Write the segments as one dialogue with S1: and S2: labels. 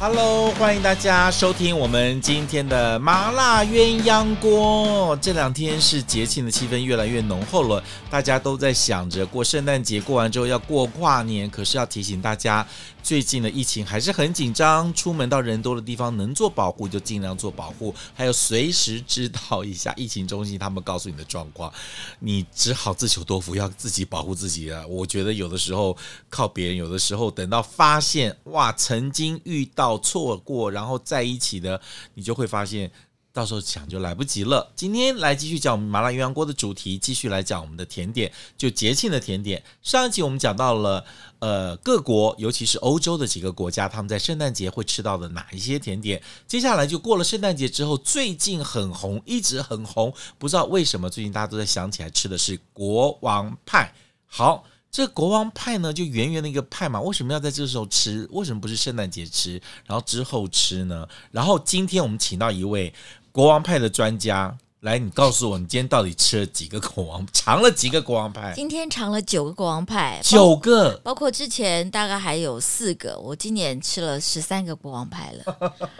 S1: Hello，欢迎大家收听我们今天的麻辣鸳鸯锅。这两天是节庆的气氛越来越浓厚了，大家都在想着过圣诞节，过完之后要过跨年。可是要提醒大家，最近的疫情还是很紧张，出门到人多的地方能做保护就尽量做保护，还有随时知道一下疫情中心他们告诉你的状况，你只好自求多福，要自己保护自己啊。我觉得有的时候靠别人，有的时候等到发现哇，曾经遇到错过，然后在一起的，你就会发现。到时候抢就来不及了。今天来继续讲我们麻辣鸳鸯锅的主题，继续来讲我们的甜点，就节庆的甜点。上一集我们讲到了，呃，各国尤其是欧洲的几个国家，他们在圣诞节会吃到的哪一些甜点。接下来就过了圣诞节之后，最近很红，一直很红，不知道为什么最近大家都在想起来吃的是国王派。好。这国王派呢，就圆圆的一个派嘛，为什么要在这个时候吃？为什么不是圣诞节吃，然后之后吃呢？然后今天我们请到一位国王派的专家来，你告诉我，你今天到底吃了几个国王，尝了几个国王派？
S2: 今天尝了九个国王派，
S1: 哎九个。
S2: 包括之前大概还有四个，我今年吃了十三个国王派 了。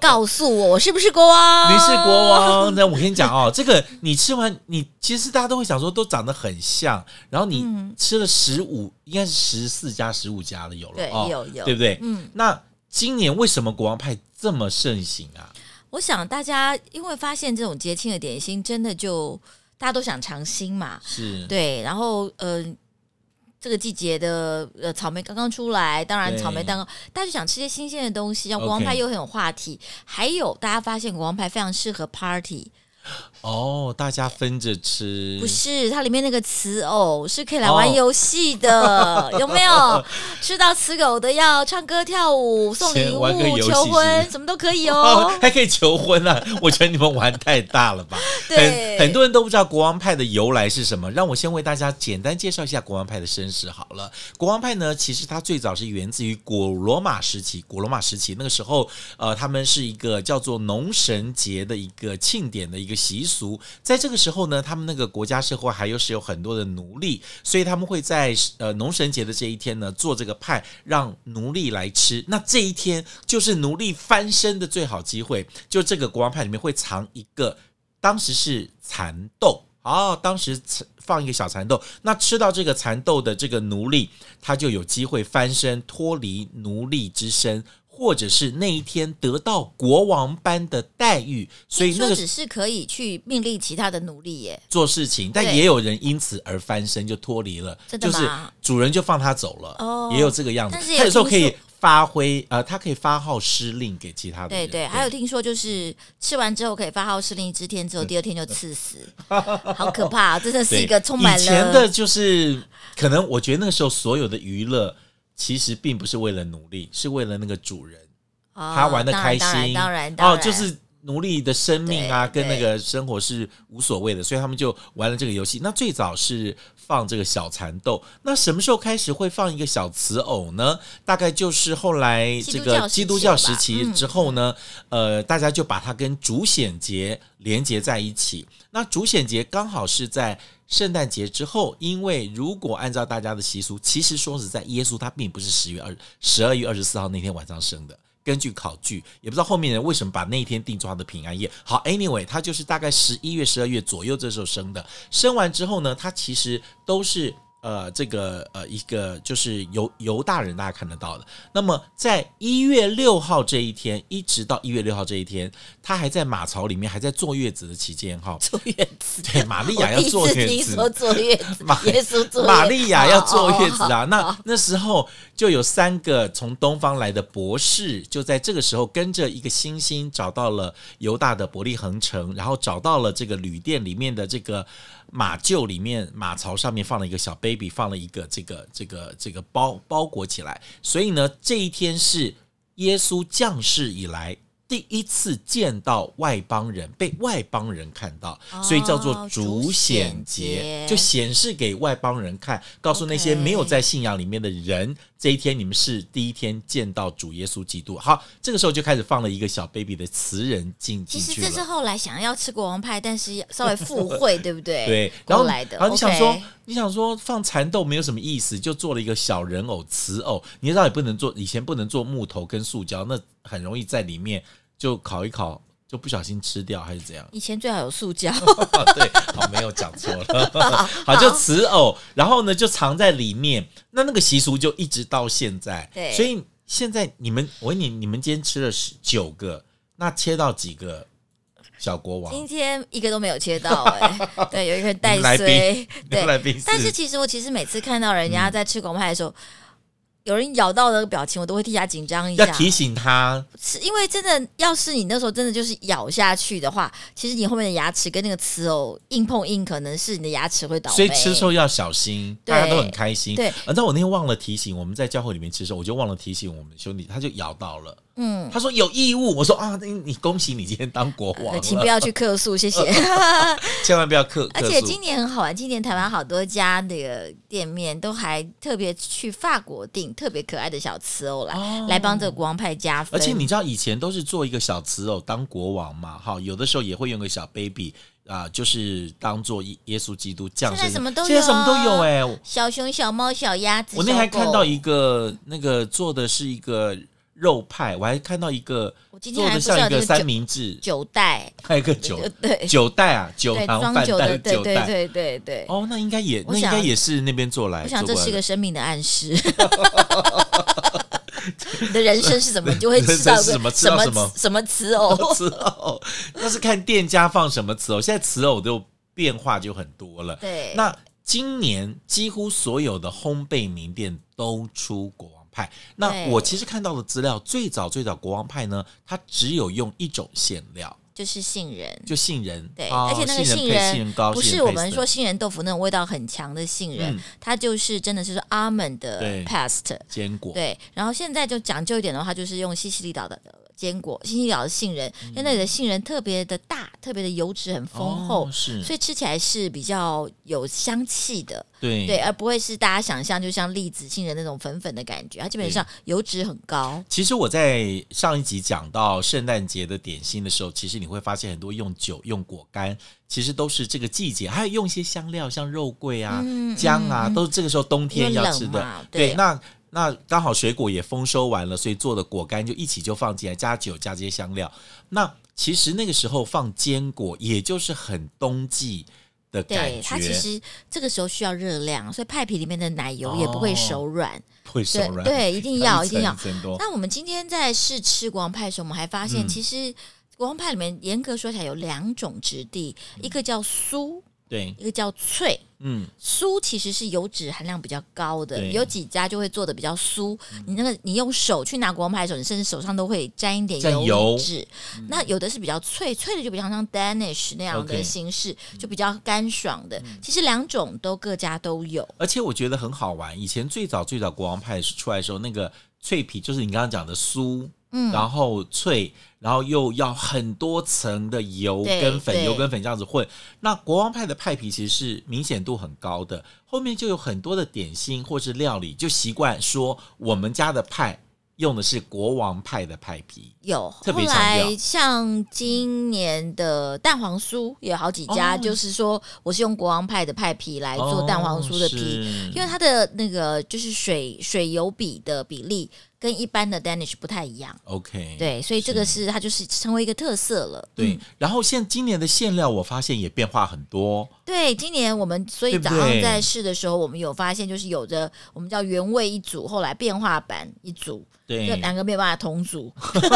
S2: 告诉我，我是不是国王？
S1: 你是国王，那我跟你讲哦，这个你吃完，你其实大家都会想说都长得很像，然后你
S2: 嗯
S1: 吃了十五、应该是十四家、十五家了，有了
S2: 对
S1: 哦，
S2: 有有
S1: 对不对？
S2: 嗯，
S1: 那今年为什么国王派这么盛行啊？
S2: 我想大家因为发现这种节庆的点心，真的就大家都想尝新嘛。
S1: 是，
S2: 对，然后呃，这个季节的呃草莓刚刚出来，当然
S1: 对
S2: 草莓蛋糕，大家就想吃些新鲜的东西，像国王
S1: OK
S2: 派又很有话题。还有大家发现国王派非常适合 party，
S1: 哦，大家分着吃，
S2: 不是，它里面那个雌偶是可以来玩
S1: 哦
S2: 游戏 的，有没有？吃到雌狗的要唱歌跳舞、送
S1: 先
S2: 礼物
S1: 玩个游、戏
S2: 求
S1: 是不
S2: 婚，
S1: 是
S2: 什么都可以
S1: 哦
S2: 哦。
S1: 还可以求婚啊！我觉得你们玩太大了吧？
S2: 对
S1: 很很多人都不知道国王派的由来是什么。让我先为大家简单介绍一下国王派的身世好了。国王派呢，其实它最早是源自于古罗马时期。古罗马时期那个时候，呃，他们是一个叫做农神节的一个庆典的一个习俗。在这个时候呢，他们那个国家社会还有是有很多的奴隶，所以他们会在呃农神节的这一天呢做这个派，让奴隶来吃。那这一天就是奴隶翻身的最好机会。就这个国王派里面会藏一个，当时是蚕豆。哦，当时吃放一个小蚕豆，那吃到这个蚕豆的这个奴隶，他就有机会翻身脱离奴隶之身，或者是那一天得到国王般的待遇。所以
S2: 听
S1: 那
S2: 说
S1: 个
S2: 只是可以去命令其他的奴隶耶，
S1: 做事情，但
S2: 对
S1: 也有人因此而翻身就脱离了，
S2: 真的
S1: 就是
S2: 吗
S1: 主人就放他走了，
S2: 哦
S1: 也有这个样子
S2: 但是。也
S1: 他有时候
S2: 听
S1: 可以
S2: 说
S1: 发挥，呃，他可以发号施令给其他的
S2: 对
S1: 人。
S2: 对。还有听说就是吃完之后可以发号施令之天之后，第二天就 刺死，好可怕、真的是
S1: 对
S2: 一个充满
S1: 以前的
S2: 了。
S1: 就是可能，我觉得那个时候所有的娱乐其实并不是为了奴隶，是为了那个主人，
S2: 哦
S1: 他玩的开
S2: 当然
S1: 心，
S2: 当然当然，
S1: 哦，就是。奴隶的生命啊，
S2: 对
S1: 跟那个生活是无所谓的，所以他们就玩了这个游戏。那最早是放这个小蚕豆，那什么时候开始会放一个小雌偶呢？大概就是后来这个基
S2: 基
S1: 督
S2: 督
S1: 教
S2: 教
S1: 时
S2: 时期
S1: 期
S2: 了吧嗯
S1: 之后呢，呃，大家就把它跟主显节连接在一起。那主显节刚好是在圣诞节之后，因为如果按照大家的习俗，其实说实在，耶稣他并不是十月二十二月二十四号那天晚上生的。根据考据，也不知道后面人为什么把那一天定做他的平安夜。好，anyway，他就是大概十一月、十二月左右这时候生的。生完之后呢，他其实都是呃这个呃一个就是犹犹大人大家看得到的。那么在一月六号这一天，一直到一月六号这一天，他还在马槽里面还在坐月子的期间哈。
S2: 坐月子。
S1: 对，玛利亚
S2: 我
S1: 要
S2: 第一
S1: 坐
S2: 次
S1: 月
S2: 听
S1: 子，
S2: 说坐月子
S1: 玛，
S2: 耶稣坐月子，
S1: 玛利亚要坐月子
S2: 哦哦
S1: 啊！那那时候就有三个从东方来的博士，就在这个时候跟着一个星星找到了犹大的伯利恒城，然后找到了这个旅店里面的这个马厩里面马槽上面放了一个小 baby，放了一个这个这个这个包包裹起来。所以呢，这一天是耶稣降世以来第一次见到外邦人，被外邦人看到，所以叫做
S2: 哦
S1: 主
S2: 主
S1: 显
S2: 显
S1: 节，
S2: 节
S1: 就显示给外邦人看，告诉那些
S2: OK
S1: 没有在信仰里面的人，这一天你们是第一天见到主耶稣基督。好，这个时候就开始放了一个小 baby 的词人进进
S2: 其实
S1: 去
S2: 这是
S1: 了。
S2: 后来想要吃国王派，但是稍微附 会，对不对？
S1: 对，然
S2: 过
S1: 后
S2: 来的。
S1: 然后你想说
S2: OK，
S1: 你想说放蚕豆没有什么意思，就做了一个小人偶瓷偶。你知道也不能做，以前不能做木头跟塑胶，那很容易在里面就烤一烤，就不小心吃掉还是怎样。
S2: 以前最好有塑胶，
S1: 啊， 对，好，没有讲错了， 好，就瓷偶，然后呢就藏在里面，那那个习俗就一直到现在，
S2: 对
S1: 所以现在你们，我问你，你们今天吃了十九个，那切到几个小国王？
S2: 今天一个都没有切到哎、 对，有一个人带
S1: 来
S2: 衰，对
S1: 牛，来宾
S2: 但是其实我其实每次看到人家在吃广派的时候，有人咬到那个表情，我都会替他紧张一
S1: 要
S2: 下。
S1: 提醒他，
S2: 是因为真的，要是你那时候真的就是咬下去的话，其实你后面的牙齿跟那个瓷偶硬碰硬，可能是你的牙齿会倒霉。
S1: 所以吃的时候要小心，
S2: 对
S1: 大家都很开心。
S2: 对
S1: 啊，那我那天忘了提醒，我们在教会里面吃的时候，我就忘了提醒我们兄弟，他就咬到了，
S2: 嗯，
S1: 他说有异物，我说啊，你你恭喜你今天当国王
S2: 呃
S1: 了，
S2: 请不要去客诉，谢谢。
S1: 千万不要克，
S2: 而
S1: 克
S2: 且
S1: 数
S2: 今年很好玩，今年台湾好多家的店面都还特别去法国订特别可爱的小瓷偶来、
S1: 哦
S2: 来帮这个国王派加分。
S1: 而且你知道以前都是做一个小瓷偶当国王嘛，哈，有的时候也会用个小 baby 啊、就是当做耶耶稣基督降生的。
S2: 现在什么都有啊
S1: 现在什么都有哎、我
S2: 小熊、小猫、小鸭子，
S1: 我那天还
S2: 小狗
S1: 看到一个那个做的是一个肉派，我还看到一个
S2: 我今天
S1: 做
S2: 还
S1: 的
S2: 不知道
S1: 像一
S2: 这
S1: 个
S2: 酒
S1: 三明治，
S2: 酒袋，呃
S1: 还有一个酒
S2: 对
S1: 酒袋啊，酒
S2: 对
S1: 囊
S2: 装
S1: 饭
S2: 酒的，
S1: 袋
S2: 对
S1: 酒
S2: 对
S1: 袋。
S2: 对对对。
S1: 哦，那应该也
S2: 我
S1: 那应该
S2: 想
S1: 也是那边做来，
S2: 我想
S1: 做
S2: 这
S1: 过来
S2: 是
S1: 的
S2: 个生命的暗 示。你的人生是什么？你就会吃到
S1: 人生
S2: 个
S1: 是什么吃
S2: 什
S1: 到
S2: 么
S1: 什么
S2: 什么瓷 偶。
S1: 瓷偶，那是看店家放什么瓷偶。现在瓷偶的变化就很多了。
S2: 对，
S1: 那今年几乎所有的烘焙名店都出国王派。那
S2: 对
S1: 我其实看到的资料，最早最早国王派呢，它只有用一种馅料，
S2: 就是杏仁。
S1: 就杏仁。
S2: 对，
S1: 哦
S2: 而且那个
S1: 杏
S2: 杏
S1: 仁配杏仁糕
S2: 不
S1: 杏
S2: 是
S1: 仁配
S2: 我们说杏仁豆腐那种味道很强的杏仁，
S1: 嗯
S2: 它就是真的是 almond 的
S1: 对
S2: paste。
S1: 坚果。
S2: 对，然后现在就讲究一点的话，就是用西西里岛的坚果，西西里岛的杏仁，
S1: 嗯
S2: 因为那里的杏仁特别的大，特别的油脂很丰厚，
S1: 哦、是，
S2: 所以吃起来是比较有香气的，
S1: 对
S2: 对，而不会是大家想象就像栗子、杏仁那种粉粉的感觉，它基本上油脂很高。
S1: 其实我在上一集讲到圣诞节的点心的时候，其实你会发现很多用酒、用果干，其实都是这个季节，还有用一些香料，像肉桂啊、
S2: 嗯
S1: 姜啊，
S2: 嗯嗯
S1: 都是这个时候冬天要吃
S2: 因
S1: 的
S2: 为冷嘛。
S1: 对，
S2: 对
S1: 那那刚好水果也丰收完了，所以做的果干就一起就放进来，加酒加这些香料。那其实那个时候放坚果，也就是很冬季的感
S2: 对，它其
S1: 觉，
S2: 实这个时候需要热量，所以派皮里面的奶油也不会
S1: 哦
S2: 手软。
S1: 会手
S2: 对
S1: 软，
S2: 对，一定要一定要。
S1: 增多。
S2: 那我们今天在试吃国王派的时候，我们还发现
S1: 嗯
S2: 其实。国王派里面严格说起来有两种质地，
S1: 嗯
S2: 一个叫酥，
S1: 对，
S2: 一个叫脆。
S1: 嗯，
S2: 酥其实是油脂含量比较高的，
S1: 对嗯
S2: 有几家就会做的比较酥。你那个你用手去拿国王派的时候，你甚至手上都会沾一点
S1: 沾油嗯
S2: 脂。那有的是比较脆，脆的就比较像 Danish 那样
S1: OK 嗯
S2: 的形式，就比较干爽的。其实两种都各家都有。
S1: 而且我觉得很好玩。以前最早最早国王派出来的时候，那个脆皮就是你刚刚讲的酥，
S2: 嗯
S1: 然后脆，然后又要很多层的油
S2: 对
S1: 跟粉，
S2: 对
S1: 油跟粉这样子混。那国王派的派皮其实是明显度很高的，后面就有很多的点心或是料理就习惯说我们家的派用的是国王派的派皮。
S2: 有，
S1: 特
S2: 后
S1: 别强调
S2: 来像今年的蛋黄酥也有好几家，
S1: 哦
S2: 就是说我是用国王派的派皮来做蛋黄酥的皮，
S1: 哦
S2: 因为它的那个就是水水油比的比例跟一般的 Danish 不太一样，
S1: OK，
S2: 对，所以这个是它就是成为一个特色了。
S1: 嗯
S2: 嗯
S1: 对。然后现今年的馅料，我发现也变化很多。
S2: 对，今年我们所以
S1: 对不
S2: 早
S1: 对
S2: 上在试的时候，我们有发现就是有着我们叫原味一组，后来变化版一组，
S1: 对，
S2: 这两个没有办法同组，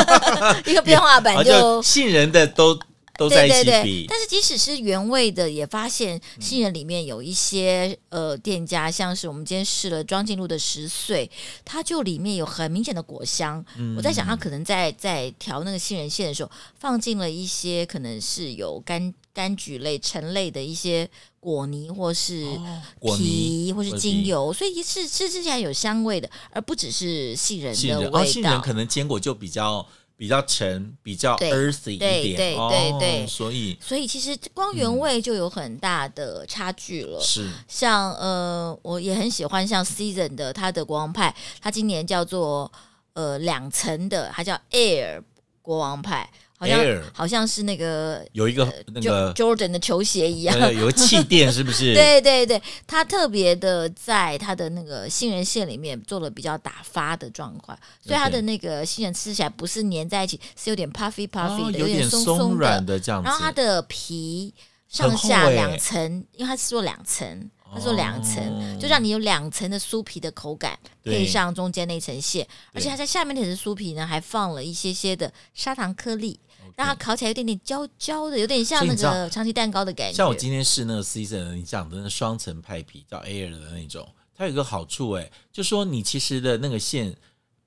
S2: 一个变化
S1: 啊，
S2: 版
S1: 就杏仁的都都在
S2: 对
S1: 一起
S2: 对
S1: 比，嗯
S2: 对，但是即使是原味的，也发现杏仁里面有一些、呃店家，像是我们今天试了庄敬路的十岁，它就里面有很明显的果香。
S1: 嗯
S2: 我在想，它可能在在调那个杏仁馅的时候，放进了一些可能是有柑柑橘类、橙类的一些果泥或是
S1: 哦果泥
S2: 皮、或是精油，所以是吃吃起来有香味的，而不只是杏仁
S1: 哦杏
S2: 的
S1: 仁
S2: 味道。
S1: 哦，杏仁可能坚果就比较比较沉、比较
S2: 对
S1: earthy 一
S2: 对
S1: 点，
S2: 对
S1: 哦
S2: 对对
S1: 所以
S2: 所以其实光原味就有很大的差距了。
S1: 是
S2: 像呃，我也很喜欢像 Season 的它的国王派，它今年叫做呃两层的，它叫 Air 国王派，好像
S1: Air
S2: 好像是那个
S1: 有一个
S2: 呃
S1: 那个
S2: Jo- Jordan 的球鞋一样。
S1: 呃有个气垫，是不是？
S2: 对对对，它特别的在它的那个杏仁馅里面做了比较打发的状况，所以它
S1: OK
S2: 的那个杏仁吃起来不是粘在一起，是有点 puffy
S1: 哦
S2: puffy 的，
S1: 有
S2: 点
S1: 点
S2: 松
S1: 松
S2: 的
S1: 软的这样子。
S2: 然后它的皮
S1: 很
S2: 上
S1: 厚
S2: 下
S1: 欸
S2: 两层，因为它是做两层，它做两层，
S1: 哦
S2: 就让你有两层的酥皮的口感，
S1: 对
S2: 配上中间那一层馅，而且
S1: 对
S2: 它在下面那层酥皮呢，还放了一些些的砂糖颗粒，让它烤起来有点点焦焦的，有点像
S1: 所以
S2: 那
S1: 你知
S2: 个长崎蛋糕的感觉。
S1: 像我今天试那个 season，的你讲的那双层派皮叫 air 的那种，它有一个好处哎、就说你其实的那个馅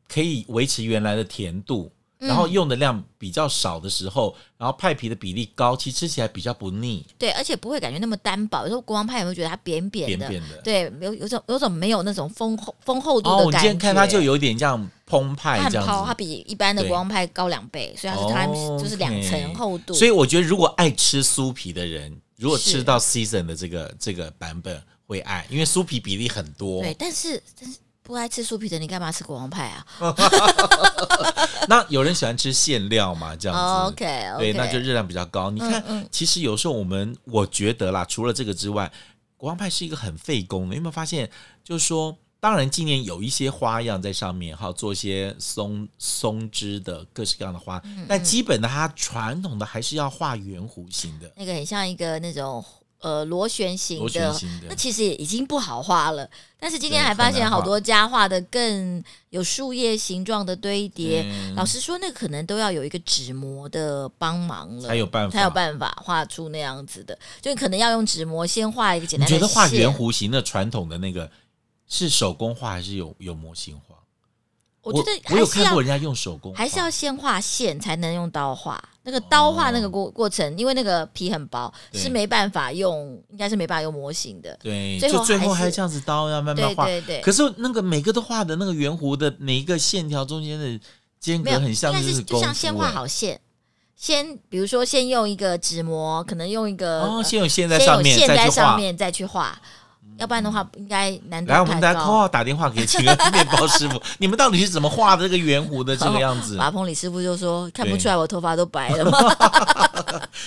S1: 可以维持原来的甜度，
S2: 嗯
S1: 然后用的量比较少的时候，然后派皮的比例高，其实吃起来比较不腻，
S2: 对，而且不会感觉那么单薄。有时候国王派有没有觉得它扁扁
S1: 扁
S2: 的？
S1: 扁的。
S2: 对，有有种有种没有那种丰厚丰厚度
S1: 哦，
S2: 的
S1: 我
S2: 感觉。
S1: 今天看它就有点这样澎
S2: 它
S1: 湃
S2: 很
S1: 这
S2: 薄，它
S1: 样
S2: 比一般的
S1: 对哦
S2: 国王派高两倍，所以它是它就是两
S1: OK
S2: 层厚度。
S1: 子，所以我觉得如果爱吃酥皮的人，如果
S2: 是
S1: 吃到 season 的这个这个版本会爱，因为酥皮比例很多。
S2: 对，但是但是不爱吃酥皮的，你干嘛吃国王派啊
S1: 那有人喜欢吃馅料嘛？这样子。
S2: ？OK OK，嗯
S1: 对，那就热量比较高。你看，其实有时候我们我觉得啦，除了这个之外，国王派是一个很费工的。有没有发现？就是说，当然今年有一些花样在上面，还有做一些松松枝的各式各样的花，
S2: 嗯
S1: 但基本的它传统的还是要画圆弧形的。
S2: 那个很像一个那种呃螺旋形
S1: 螺旋
S2: 的
S1: 形的，
S2: 那其实也已经不好画了，但是今天
S1: 对
S2: 还发
S1: 很
S2: 现
S1: 难
S2: 好
S1: 画
S2: 多家画的更有树叶形状的堆叠。
S1: 嗯
S2: 老实说，那可能都要有一个纸模的帮忙了，
S1: 才有办法
S2: 才有办法画出那样子的。就可能要用纸模先画一个简
S1: 你
S2: 单的
S1: 觉得画圆
S2: 线
S1: 弧形的传统的那个是手工画还是有有模型画？
S2: 我觉得
S1: 我
S2: 还
S1: 有
S2: 是
S1: 看
S2: 要
S1: 过人家用手工画，
S2: 还是要先画线才能用刀画。那个刀画那
S1: 哦
S2: 个过过程，因为那个皮很薄，
S1: 对
S2: 是没办法用，应该是没办法用模型的。
S1: 对，
S2: 最
S1: 就
S2: 后
S1: 最
S2: 还
S1: 后还
S2: 是
S1: 这样子刀要慢慢
S2: 对
S1: 画。
S2: 对对，
S1: 可是那个每个都画的那个圆弧的每一个线条中间的间
S2: 没
S1: 隔
S2: 有，
S1: 很像
S2: 应该是
S1: 功
S2: 就
S1: 夫、
S2: 像先画
S1: 哎
S2: 好线，先比如说先用一个纸模，可能用一个
S1: 哦，
S2: 呃
S1: 先有线在
S2: 先
S1: 上
S2: 有
S1: 面
S2: 线
S1: 再
S2: 在
S1: 去
S2: 上
S1: 画。
S2: 面再去画，要不然的话应该难度
S1: 来，我们
S2: 太
S1: 大家扣
S2: 高。
S1: 号打电话给几个 面包师傅，你们到底是怎么画的这个圆弧的这个样 子？
S2: 马鹏李师傅就说：“看不
S1: 对
S2: 出来我头发都白了 吗，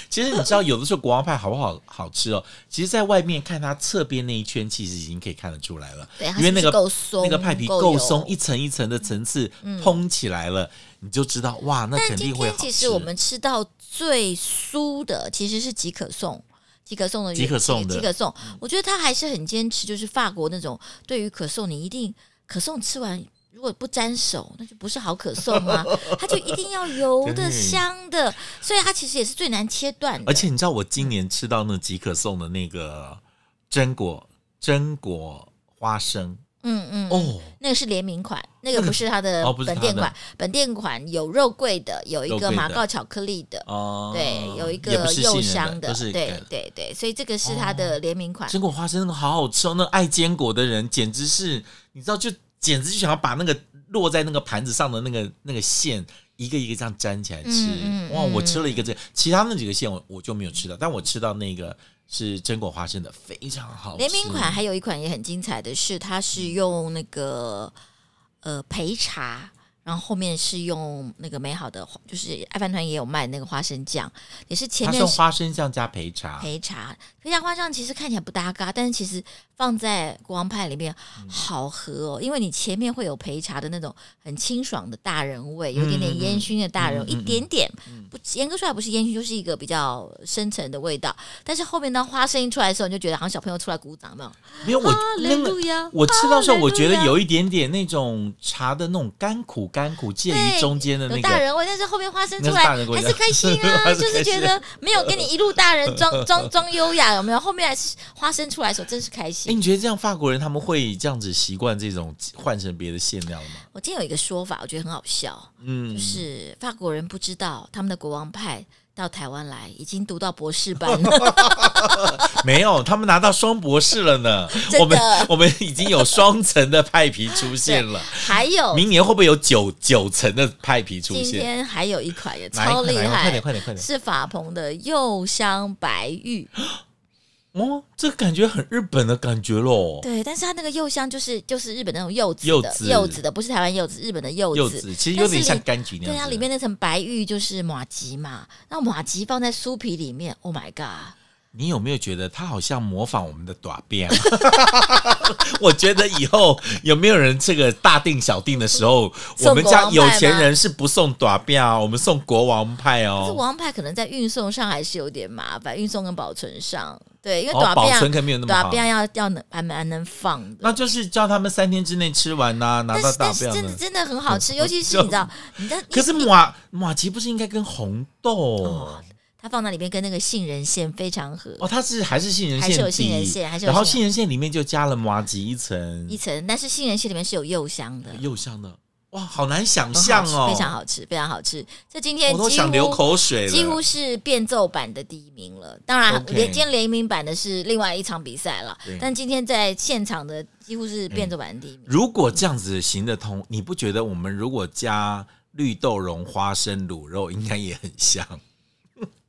S1: 其实你知道，有的时候国王派好不好好吃哦？其实，在外面看它侧边那一圈，其实已经可以看得出来了？”
S2: 对，它
S1: 因为
S2: 是不
S1: 那
S2: 是
S1: 个
S2: 够松，
S1: 那个派皮
S2: 油嗯
S1: 够松，一层一层的层次蓬起来了，你就知道哇，那
S2: 但
S1: 肯
S2: 今
S1: 定会
S2: 天
S1: 好吃。
S2: 其实我们吃到最酥的其实是即可颂，即可颂的原
S1: 即可颂的嗯
S2: 即可颂，我觉得他还是很坚持，就是法国那种对于可颂，你一定可颂吃完。如果不沾手，那就不是好可颂啊！它就一定要油的、
S1: 对
S2: 香的，所以它其实也是最难切断的。
S1: 而且你知道我今年吃到那即可颂的那个榛果榛果花生
S2: 嗯嗯，
S1: 哦，
S2: 那个是联名款，那个不是它的
S1: 哦不是它
S2: 本
S1: 的
S2: 店款。本店款有肉桂的，有一
S1: 肉
S2: 个
S1: 桂的
S2: 马告巧克力的，
S1: 哦，
S2: 对，有一
S1: 也
S2: 个
S1: 不是
S2: 柚
S1: 杏仁
S2: 香
S1: 的，都是
S2: 对对对，所以这个是它的联名款。
S1: 榛果花生那个好好吃哦，那爱坚果的人简直是，你知道就简直就想要把那个落在那个盘子上的那个那个馅。一个一个这样粘起来吃，
S2: 嗯嗯
S1: 哇！
S2: 嗯
S1: 我吃了一个这，其他那几个馅我我就没有吃到，但我吃到那个是榛果花生的，非常好吃。嗯
S2: 联名款还有一款也很精彩的是，它是用那个呃焙茶，然后后面是用那个美好的，就是爱饭团也有卖那个花生酱，也是前
S1: 它是
S2: 面
S1: 用
S2: 是
S1: 花生酱加焙茶，
S2: 焙茶，焙茶花酱其实看起来不搭嘎，但是其实放在国王派里面
S1: 嗯
S2: 好喝哦，因为你前面会有焙茶的那种很清爽的大人味，有一点点烟熏的大人，
S1: 嗯嗯嗯嗯
S2: 一点点，不严格说来不是烟熏，就是一个比较深沉的味道。但是后面当花生一出来的时候，你就觉得好像小朋友出来鼓掌那种。
S1: 没有我
S2: 啊
S1: 那个
S2: 呀
S1: 我吃到的时
S2: 哦
S1: 候，我觉得有一点点那种茶的那种甘苦，甘苦介于
S2: 对
S1: 中间的
S2: 有
S1: 那
S2: 大
S1: 个。
S2: 人味，但是后面花生出
S1: 那
S2: 来
S1: 是大人味
S2: 还是开心 啊，
S1: 还是
S2: 就
S1: 开心
S2: 是觉得没有给你一路大 人装装装优雅，有没有？后面还是花生出来的时候，真是开
S1: 哎，
S2: 心。
S1: 你觉得这样法国人他们会这样子习惯这种换成别的馅料吗？
S2: 我今天有一个说法，我觉得很好笑，
S1: 嗯
S2: 就，是法国人不知道他们的国王派到台湾来，已经读到博士班 了。
S1: 没有，他们拿到双博士了呢。
S2: 真的
S1: 我们我们已经有双层的派皮出现了，
S2: 还有
S1: 明年会不会有九九层的派皮出
S2: 哦今
S1: 现？
S2: 天还有一款也
S1: 哪一
S2: 超
S1: 款
S2: 厉
S1: 哪一款快
S2: 害
S1: 点，快点快点！
S2: 是法鹏的柚香白玉。
S1: 哦，这感觉很日本的感觉喽。
S2: 对，但是它那个柚香就是就是日本那种柚子的
S1: 柚子
S2: 的，不是台湾柚子，日本的柚
S1: 柚
S2: 子
S1: 子其实有点像柑橘那样子。
S2: 对啊，里面那层白玉就是马吉嘛，那马吉放在酥皮里面，Oh my god！
S1: 你有没有觉得它好像模仿我们的短辫？ 我觉得以后有没有人这个大定小定的时候，
S2: 送
S1: 我们家
S2: 国
S1: 有
S2: 王派
S1: 钱
S2: 吗
S1: 人是不送短辫啊，我们送国王派
S2: 这
S1: 哦。
S2: 王牌可能在运送上还是有点麻烦，运送跟保存上，对，因为啊
S1: 哦，
S2: 短
S1: 保存
S2: 边
S1: 可能没有那么
S2: 短
S1: 好。
S2: 边要要能还蛮能放的。
S1: 那就是叫他们三天之内吃完呐、拿
S2: 但
S1: 到
S2: 是
S1: 大
S2: 但是
S1: 便
S2: 真的
S1: 呢。
S2: 真的很好吃，尤其是
S1: 就
S2: 你知道，你知道，
S1: 可是马马吉不是应该跟红豆哦
S2: 哦它放在里面跟那个杏仁馅非常合，
S1: 它是还是杏仁
S2: 哦还是
S1: 馅
S2: 有杏仁
S1: 底，
S2: 馅还是有
S1: 然后
S2: 杏
S1: 杏仁馅里面就加了马吉一层
S2: 一层，但是杏仁馅里面是有柚香的，
S1: 柚香的，哇，好难想
S2: 很好
S1: 象
S2: 吃
S1: 哦，
S2: 非常好吃，非常好吃。这今天
S1: 我都
S2: 几
S1: 想流
S2: 乎
S1: 口水了，
S2: 几乎是变奏版的第一名了。当然，
S1: OK
S2: 连今天联名版的是另外一场比赛了
S1: 对，嗯
S2: 但今天在现场的几乎是变奏版的第一名。
S1: 如果这样子行得通，你不觉得我们如果加绿豆蓉、花生卤肉，应该也很 像？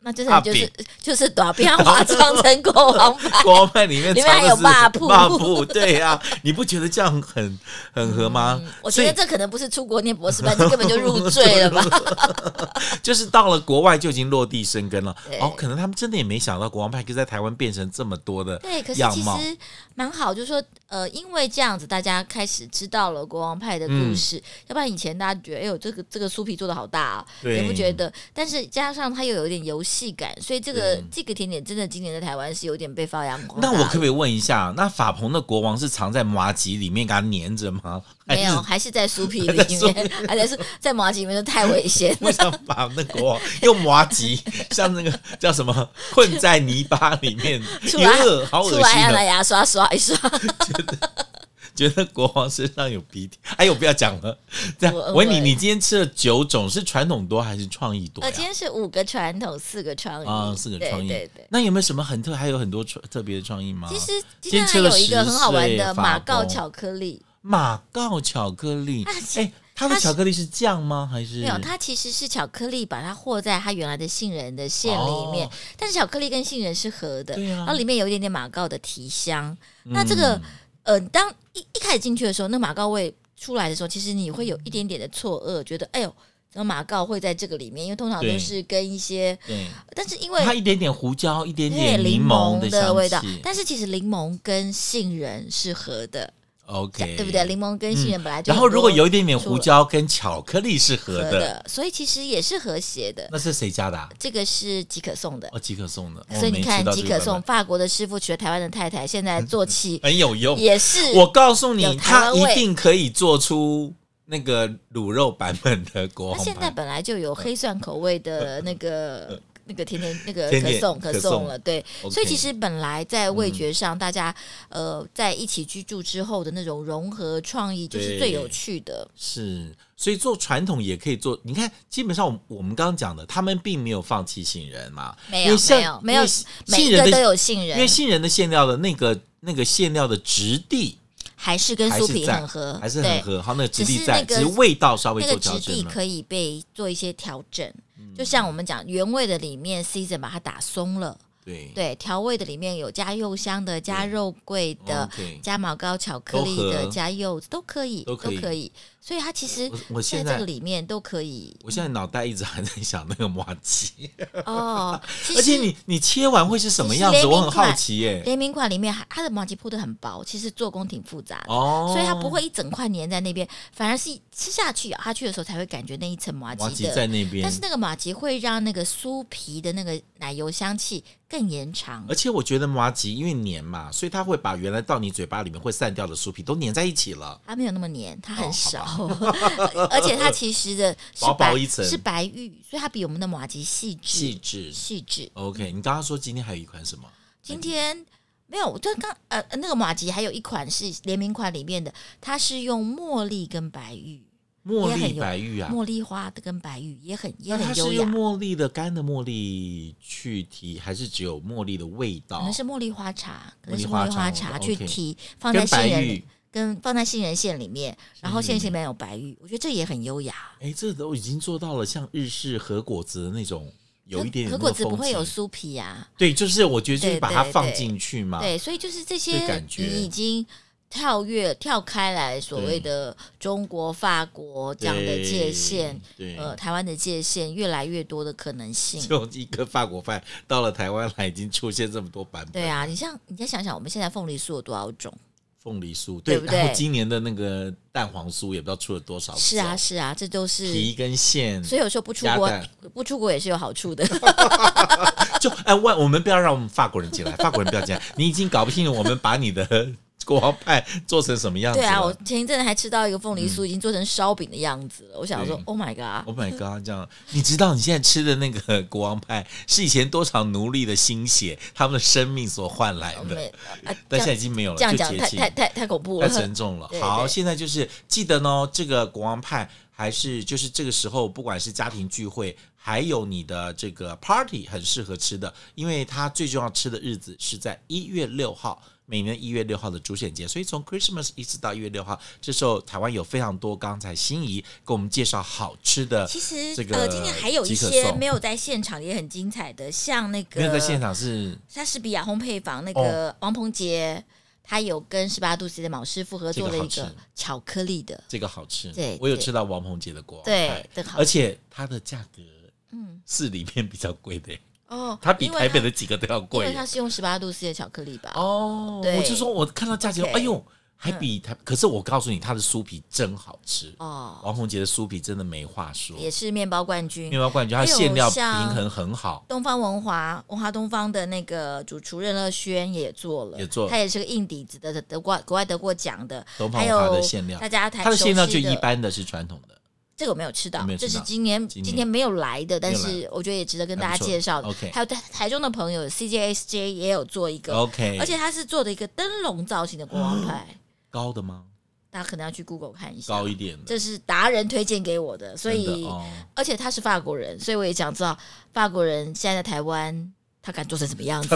S2: 那真
S1: 大
S2: 的就是
S1: 饼。
S2: 就是短片化妆成国王 牌
S1: 国外里面
S2: 里面还有
S1: 藏的是
S2: 霸 铺
S1: 霸铺对呀、你不觉得这样很很合吗？
S2: 嗯我
S1: 所
S2: 觉
S1: 以
S2: 得这可能不是出国念博士班，这根本就入赘了吧？
S1: 就是到了国外就已经落地生根了
S2: 对。
S1: 哦，可能他们真的也没想到国王派可以在台湾变成这么多的
S2: 对，可是
S1: 样
S2: 其
S1: 貌。
S2: 实蛮好，就是说，呃，因为这样子，大家开始知道了国王派的故
S1: 嗯
S2: 事，要不然以前大家觉得，哎呦，这个这个酥皮做的好大啊，
S1: 对
S2: 也不觉得。但是加上它又有一点游戏感，所以这个
S1: 对
S2: 这个甜点真的今年在台湾是有点被发扬光大
S1: 那
S2: 了。
S1: 我可不可以问一下，那法鹏的国王是藏在麻吉里面给它粘着吗？还
S2: 没
S1: 是
S2: 有，还是在酥皮
S1: 还在。
S2: 里面，还在酥在麻吉里面就太危险
S1: 为什么把那国王用麻吉，像那个 叫什么困在泥巴里面，
S2: 出
S1: 也
S2: 来
S1: 恶好恶
S2: 出来
S1: 心
S2: 要拿
S1: 的，
S2: 牙刷刷一刷，
S1: 觉得国王身上有鼻涕。哎呦，不要讲 了。这样
S2: 我，
S1: 维尼，
S2: 我
S1: 你今天吃了九种，是传统多还是创意多
S2: 呃，
S1: 呀
S2: 今？天是五个传统，四个创意，
S1: 啊，四个创意。
S2: 对对对。
S1: 那有没有什么很特，还有很多创特别的创意吗？
S2: 其实
S1: 今
S2: 今
S1: 天
S2: 天还
S1: 吃了
S2: 有一个
S1: 10
S2: 很好玩
S1: 岁
S2: 的
S1: 法
S2: 马告
S1: 国
S2: 巧克力，
S1: 马告巧克力，
S2: 啊
S1: 哎、
S2: 其
S1: 它的
S2: 它是
S1: 巧克力是酱吗？还是
S2: 没有，它其实是巧克力把它和在它原来的杏仁的馅里面，
S1: 哦
S2: 但是巧克力跟杏仁是合的，
S1: 对啊
S2: 然后里面有一点点马告的提香。那这个呃，当一一开始进去的时候，那马告味出来的时候，其实你会有一点点的错愕，觉得哎呦，怎么马告会在这个里面？因为通常
S1: 对
S2: 都是跟一些，
S1: 嗯对，
S2: 但是因为
S1: 它一点点胡椒，一点
S2: 有
S1: 点柠檬
S2: 檬
S1: 香气
S2: 味道，但是其实柠檬跟杏仁是合的，
S1: OK，
S2: 对不对？柠檬跟杏仁本来啊
S1: 嗯
S2: 就
S1: 然
S2: 很
S1: 后如果
S2: 多
S1: 有一点点
S2: 出
S1: 胡
S2: 了
S1: 椒跟巧克力是合
S2: 合
S1: 的，
S2: 的，所以其实也是和谐的。
S1: 那是谁家的、啊？
S2: 这个是即可颂的，
S1: 哦，即可颂的， 哦
S2: 所
S1: 我
S2: 以
S1: 没
S2: 你
S1: 吃
S2: 看
S1: 到
S2: 即
S1: 这
S2: 可
S1: 个
S2: 颂，
S1: 版
S2: 法国的师傅娶了台湾的太太，现在做起
S1: 本很哎有用。
S2: 也是
S1: 我告诉你，
S2: 有台
S1: 他
S2: 湾
S1: 一
S2: 味
S1: 定可以做出那个卤肉版本的国
S2: 他
S1: 红
S2: 现在
S1: 派。
S2: 本来就有
S1: 嗯
S2: 黑蒜口味的那个那个甜甜那个
S1: 甜
S2: 可
S1: 点
S2: 颂可
S1: 可颂
S2: 颂了，对。
S1: OK 嗯
S2: 所以其实本来在味觉上，大家呃在一起居住之后的那种融合创意，就是
S1: 对
S2: 最有趣的。
S1: 是，所以做传统也可以做。你看，基本上我们我们刚刚讲的，他们并没有放弃杏仁嘛，
S2: 没
S1: 因
S2: 有
S1: 为像
S2: 没有
S1: 因
S2: 没有
S1: 为，
S2: 每
S1: 杏
S2: 一
S1: 仁
S2: 个
S1: 的
S2: 都有杏
S1: 因为
S2: 仁，
S1: 杏仁的馅料的那个那个馅料的质地
S2: 还是跟
S1: 还
S2: 酥
S1: 是
S2: 皮
S1: 在
S2: 很合，
S1: 还是
S2: 对
S1: 很合，好，那个质
S2: 只
S1: 地
S2: 是
S1: 在，
S2: 那个
S1: 只是味道稍微
S2: 那
S1: 做
S2: 个
S1: 调
S2: 质
S1: 整嗯
S2: 地
S1: 了。
S2: 可以被做一些调整。就像我们讲原味的里面 season 把它打松了，
S1: 对
S2: 对调味的里面有加柚香的、加肉桂的、
S1: ，OK。
S2: 加毛膏巧克力
S1: 哦都
S2: 的、
S1: 合
S2: 加柚子都可以，
S1: 都
S2: 都
S1: 可以
S2: 可以。所以它其实
S1: 我我
S2: 哎在
S1: 现
S2: 这
S1: 在
S2: 个里面都 可以
S1: 我现在脑袋一直还在想那个麻 吉，
S2: 哦。其
S1: 而且
S2: 实
S1: 你你切完会是什么
S2: 其实
S1: 样子？
S2: 联
S1: 我
S2: 名
S1: 很好
S2: 款
S1: 奇耶、
S2: 联名款里面还它的毛巾铺的很薄，其实做工挺复杂的。
S1: 哦，
S2: 所以它不会一整块粘在那边，反而是吃下去、咬下去的时候才会感觉那一层麻
S1: 麻
S2: 吉
S1: 吉
S2: 的
S1: 在那边
S2: 但。是那个马吉会让那个酥皮的那个奶油香气更延长
S1: 而。且我觉得麻吉因为黏嘛，所以它会把原来到你嘴巴里面会散掉的酥皮都粘在一起了。
S2: 它没有那么黏，它
S1: 哦
S2: 很少， 而且它其实的是
S1: 薄薄
S2: 白
S1: 一层
S2: 是白玉，所以它比我们的马吉细致
S1: 细致嗯
S2: 细致。
S1: OK，你刚刚说今天还有一款什么？
S2: 今天没有，我就刚呃那个马吉还有一款是联名款里面的，它是用茉莉跟白玉，
S1: 茉
S2: 也很
S1: 莉
S2: 有
S1: 白玉啊，
S2: 茉莉花跟白玉也很也
S1: 那它
S2: 很优
S1: 是
S2: 雅
S1: 用，茉莉哦的干的茉莉去提，还是只有茉莉的味道？
S2: 可能是茉莉花茶，可能
S1: 茉莉
S2: 是
S1: 花
S2: 茉莉花
S1: 茶哦
S2: 茶
S1: ，OK
S2: 去提放在
S1: 跟
S2: 杏
S1: 白
S2: 仁
S1: 玉。
S2: 跟放在杏仁馅里面，然后
S1: 杏仁
S2: 杏仁馅里面有白玉，我觉得这也很优雅。
S1: 哎，这都已经做到了，像日式和果子的那种，有一点点
S2: 可
S1: 那
S2: 可果
S1: 个
S2: 子不
S1: 风
S2: 会有
S1: 情。
S2: 酥皮啊呀、
S1: 对，就是我觉得就是
S2: 对
S1: 把它
S2: 对
S1: 放
S2: 对
S1: 进去嘛。
S2: 对，所以就是这
S1: 啊这
S2: 些
S1: 感觉
S2: 你已经跳跃跳开来所
S1: 对
S2: 谓的中国、法国
S1: 对，
S2: 这样的界限，
S1: 对，
S2: 呃，台湾的界限越来越多的可能性。
S1: 就一个法国饭到了台湾来，已经出现这么多版本。
S2: 对啊，你像你再想想，我们现在凤梨酥有多少种？
S1: 凤梨酥，
S2: 对
S1: 对，
S2: 不对
S1: 然后今年的那个蛋黄酥也不知道出了多少种，
S2: 是啊，是啊，这都
S1: 皮
S2: 是。
S1: 跟馅，
S2: 所以有时候不出
S1: 鸭
S2: 国
S1: 蛋，
S2: 不出国也是有好处 的。
S1: 就哎，万我们不要让我们法国人进来，法国人不要进来，你已经搞不清楚我们把你的 国王派做成什么样子
S2: 对
S1: 了。
S2: 啊，我前一阵子还吃到一个凤梨酥，已经做成烧饼的样子了。我想说
S1: 嗯对
S2: ，Oh my god！
S1: Oh my god！这样，你知道你现在吃的那个国王派是以前多少奴隶的心血、他们的生命所换来
S2: 我
S1: 的，
S2: 们啊，这
S1: 但现在
S2: 样
S1: 已经没有了，
S2: 这样
S1: 就
S2: 讲
S1: 节
S2: 太
S1: 气
S2: 太太太恐怖
S1: 太
S2: 了。
S1: 沉重了
S2: 对。
S1: 好，
S2: 对
S1: 现在就是记得呢，这个国王派还是就是这个时候，不管是家庭聚会，还有你的这个 party，很适合吃的，因为它最重要吃的日子是在一月六号。每年一月六号的主选节，所以从 Christmas 一直到一月六号，这时候台湾有非常多刚才心仪给我们介绍好吃的，
S2: 其实
S1: 这个
S2: 呃，今天还有一
S1: 即可
S2: 些
S1: 颂
S2: 没有在现场也很精彩的，像那个
S1: 没有在现场哦是
S2: 莎士比亚烘焙坊那个王鹏杰，他有跟十八度 C 的毛师傅合作了一
S1: 这个好
S2: 个
S1: 吃
S2: 巧克力的，
S1: 这个好吃，
S2: 对
S1: 我有
S2: 对
S1: 吃到王鹏杰的国王
S2: 对
S1: 派
S2: 这个好
S1: 而且它的价格
S2: 嗯
S1: 是里面比较贵的耶，
S2: 哦，
S1: 它比
S2: 因为
S1: 台北的几个都要
S2: 因
S1: 贵
S2: 为
S1: 耶。
S2: 它是用十八度 C 的巧克力吧？
S1: 哦，
S2: 对
S1: 我就说我看到价钱，
S2: OK 嗯
S1: 哎呦，还比它。可是我告诉你，它的酥皮真好吃。
S2: 哦，
S1: 王宏杰的酥皮真的没话说，
S2: 也是面包冠军
S1: 面。包冠军，它
S2: 还有
S1: 馅料平
S2: 像
S1: 衡很好。
S2: 东方文华，文华东方的那个主厨任乐轩也做了，
S1: 也做了
S2: 他也是个硬底子的，得过国外得过奖的。
S1: 东方
S2: 还
S1: 文华
S2: 有
S1: 的馅料
S2: 大，家台
S1: 它的馅料
S2: 熟
S1: 就
S2: 悉
S1: 一般的是传统的，
S2: 这个我没有吃到
S1: 没有，吃
S2: 这
S1: 到
S2: 是今年
S1: 今
S2: 今
S1: 年
S2: 年没有来的，但
S1: 没有
S2: 是我觉得也值得跟大
S1: 还
S2: 家
S1: 不错
S2: 介绍的。
S1: OK
S2: 还有台台中的朋友 CJSJ 也有做一个，
S1: OK，
S2: 而且他是做的一个灯笼造型的国 王牌，
S1: 高的吗？
S2: 大家可能要去 Google 看一下
S1: 高。一点的，
S2: 这是达人推荐给我的，所
S1: 真
S2: 以
S1: 的哦，
S2: 而且他是法国人，所以我也想知道法国人现在在台湾他敢做成什么样子。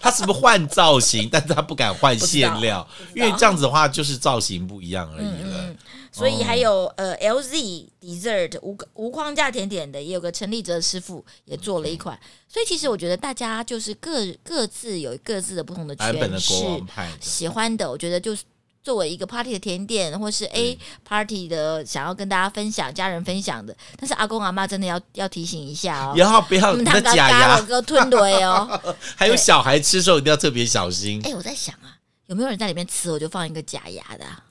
S1: 它是不是换造型？但是它不敢换馅料，
S2: 知
S1: 因
S2: 道
S1: 为这样子的话就是造型不一样而已
S2: 嗯
S1: 了哦
S2: 嗯。所以还有、呃，LZ Dessert 无无框架甜点的，也有个陈立哲师傅也做了一款。所以其实我觉得大家就是各各自有各自的不同的
S1: 版本
S2: 诠
S1: 的
S2: 释
S1: 国，王派的，
S2: 喜欢的，我觉得就是。作为一个 party 的甜点，或
S1: 嗯
S2: 是 A party 的，想要跟大家分享、家人分享的，但是阿公阿妈真的要要提醒一下哦，
S1: 然后不要
S2: 我
S1: 你
S2: 们他
S1: 的
S2: 们刚
S1: 假
S2: 刚
S1: 牙
S2: 我，哥吞对哦。
S1: 还有
S2: 对
S1: 小孩吃的时候一定要特别小心。
S2: 哎、我在想啊，有没有人在里面吃，我就放一个假牙的、啊？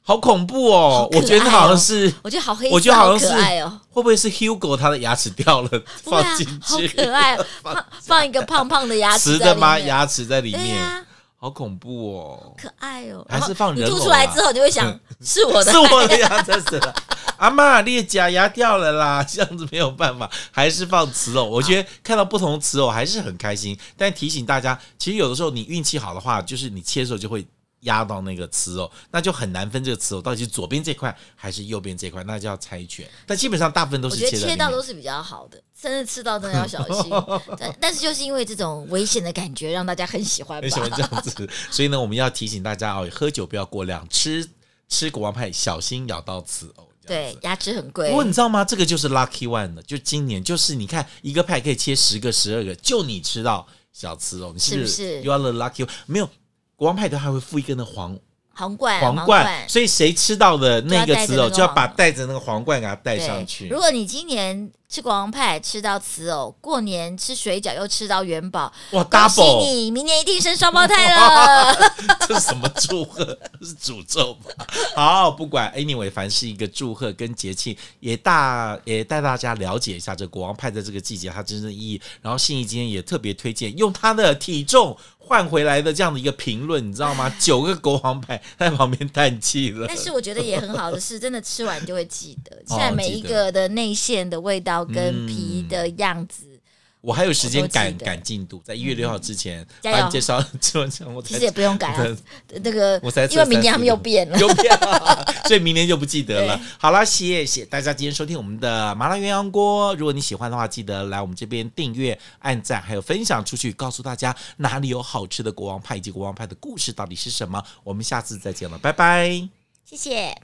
S1: 好恐怖哦！
S2: 好可爱哦
S1: 我觉得好像是，
S2: 我觉得好黑色，
S1: 我觉得好像
S2: 可
S1: 是
S2: 爱哦。
S1: 会不会是 Hugo 他的牙齿掉了
S2: 不
S1: 放
S2: 会啊
S1: 进，
S2: 好
S1: 去？
S2: 可爱，放放一个胖胖的牙齿
S1: 瓷
S2: 在
S1: 的
S2: 里
S1: 吗？
S2: 面
S1: 牙齿在里
S2: 对
S1: 面，
S2: 呀、
S1: 好恐怖哦！
S2: 可爱哦。
S1: 还是
S2: 然后
S1: 放人
S2: 你
S1: 偶
S2: 吐出来
S1: 啊
S2: 之后，你会想是 我的，
S1: 是我的牙齿死了，阿妈，你的假牙掉了啦， 这样子没有办法，还是放瓷
S2: 啊
S1: 偶。我觉得看到不同瓷偶还是很开心，但提醒大家，其实有的时候你运气好的话，就是你切的时候就会。压到那个瓷偶，那就很难分这个瓷偶到底是左边这块还是右边这块，那就要猜拳。但基本上大部分都
S2: 我
S1: 是
S2: 觉得
S1: 切在
S2: 切
S1: 里
S2: 到
S1: 面
S2: 都是比较好的，甚至吃到真的要小 心。但但是就是因为这种危险的感觉，让大家很喜欢
S1: 很喜
S2: 吧
S1: 欢。这样子。 所以呢，我们要提醒大家哦，喝酒不要过量，吃吃国王派小心咬到刺哦。这样
S2: 对
S1: 子，。
S2: 牙齿很贵
S1: 不。过你知道吗？这个就是 lucky one 的，就今年就是你看一个派可以切十个、十二个，就你吃到小刺哦，你是不
S2: 是不是
S1: ？You are the lucky one。没有国王派的还会附一个那皇
S2: 哎皇冠，
S1: 皇冠，所以谁吃到的那个刺
S2: 就要带着那
S1: 哦，
S2: 个
S1: 就要把
S2: 皇
S1: 带着那个皇冠给它带
S2: 对
S1: 上去
S2: 如。果你今年吃国王派吃到瓷藕，过年吃水饺又吃到元宝，
S1: 哇
S2: 恭喜
S1: ，double！
S2: 你，明年一定生双胞胎了。
S1: 这是什么祝贺？这是诅咒吧？ 好，不管，anyway，凡是一个祝贺跟节庆，也大也带大家了解一下这国王派在这个季节它真正的意义。然后信义今天也特别推荐用他的体重换回来的这样的一个评论，你知 道吗？九个国王派在旁边叹气了
S2: 但。是我觉得也很好的是，真的吃完就会记得，
S1: 哦
S2: 现在每一
S1: 记得嗯
S2: 个的内馅的味道跟皮的样子，
S1: 我还有时间
S2: 我
S1: 赶
S2: 都记得
S1: 赶进度，在一月六号之前
S2: 加油
S1: 把你介绍之后，我
S2: 其
S1: 才
S2: 实也不用改啊，那个
S1: 哎我才
S2: 因为明年他们又
S1: 34
S2: 变了。
S1: 有变了， 所以明年就不记得了
S2: 对。
S1: 好啦，谢谢大家今天收听我们的麻辣鸳鸯锅。如果你喜欢的话，记得来我们这边订阅、按赞，还有分享出去，告诉大家哪里有好吃的国王派以及国王派的故事到底是什么。我们下次再见了，拜拜。
S2: 谢谢。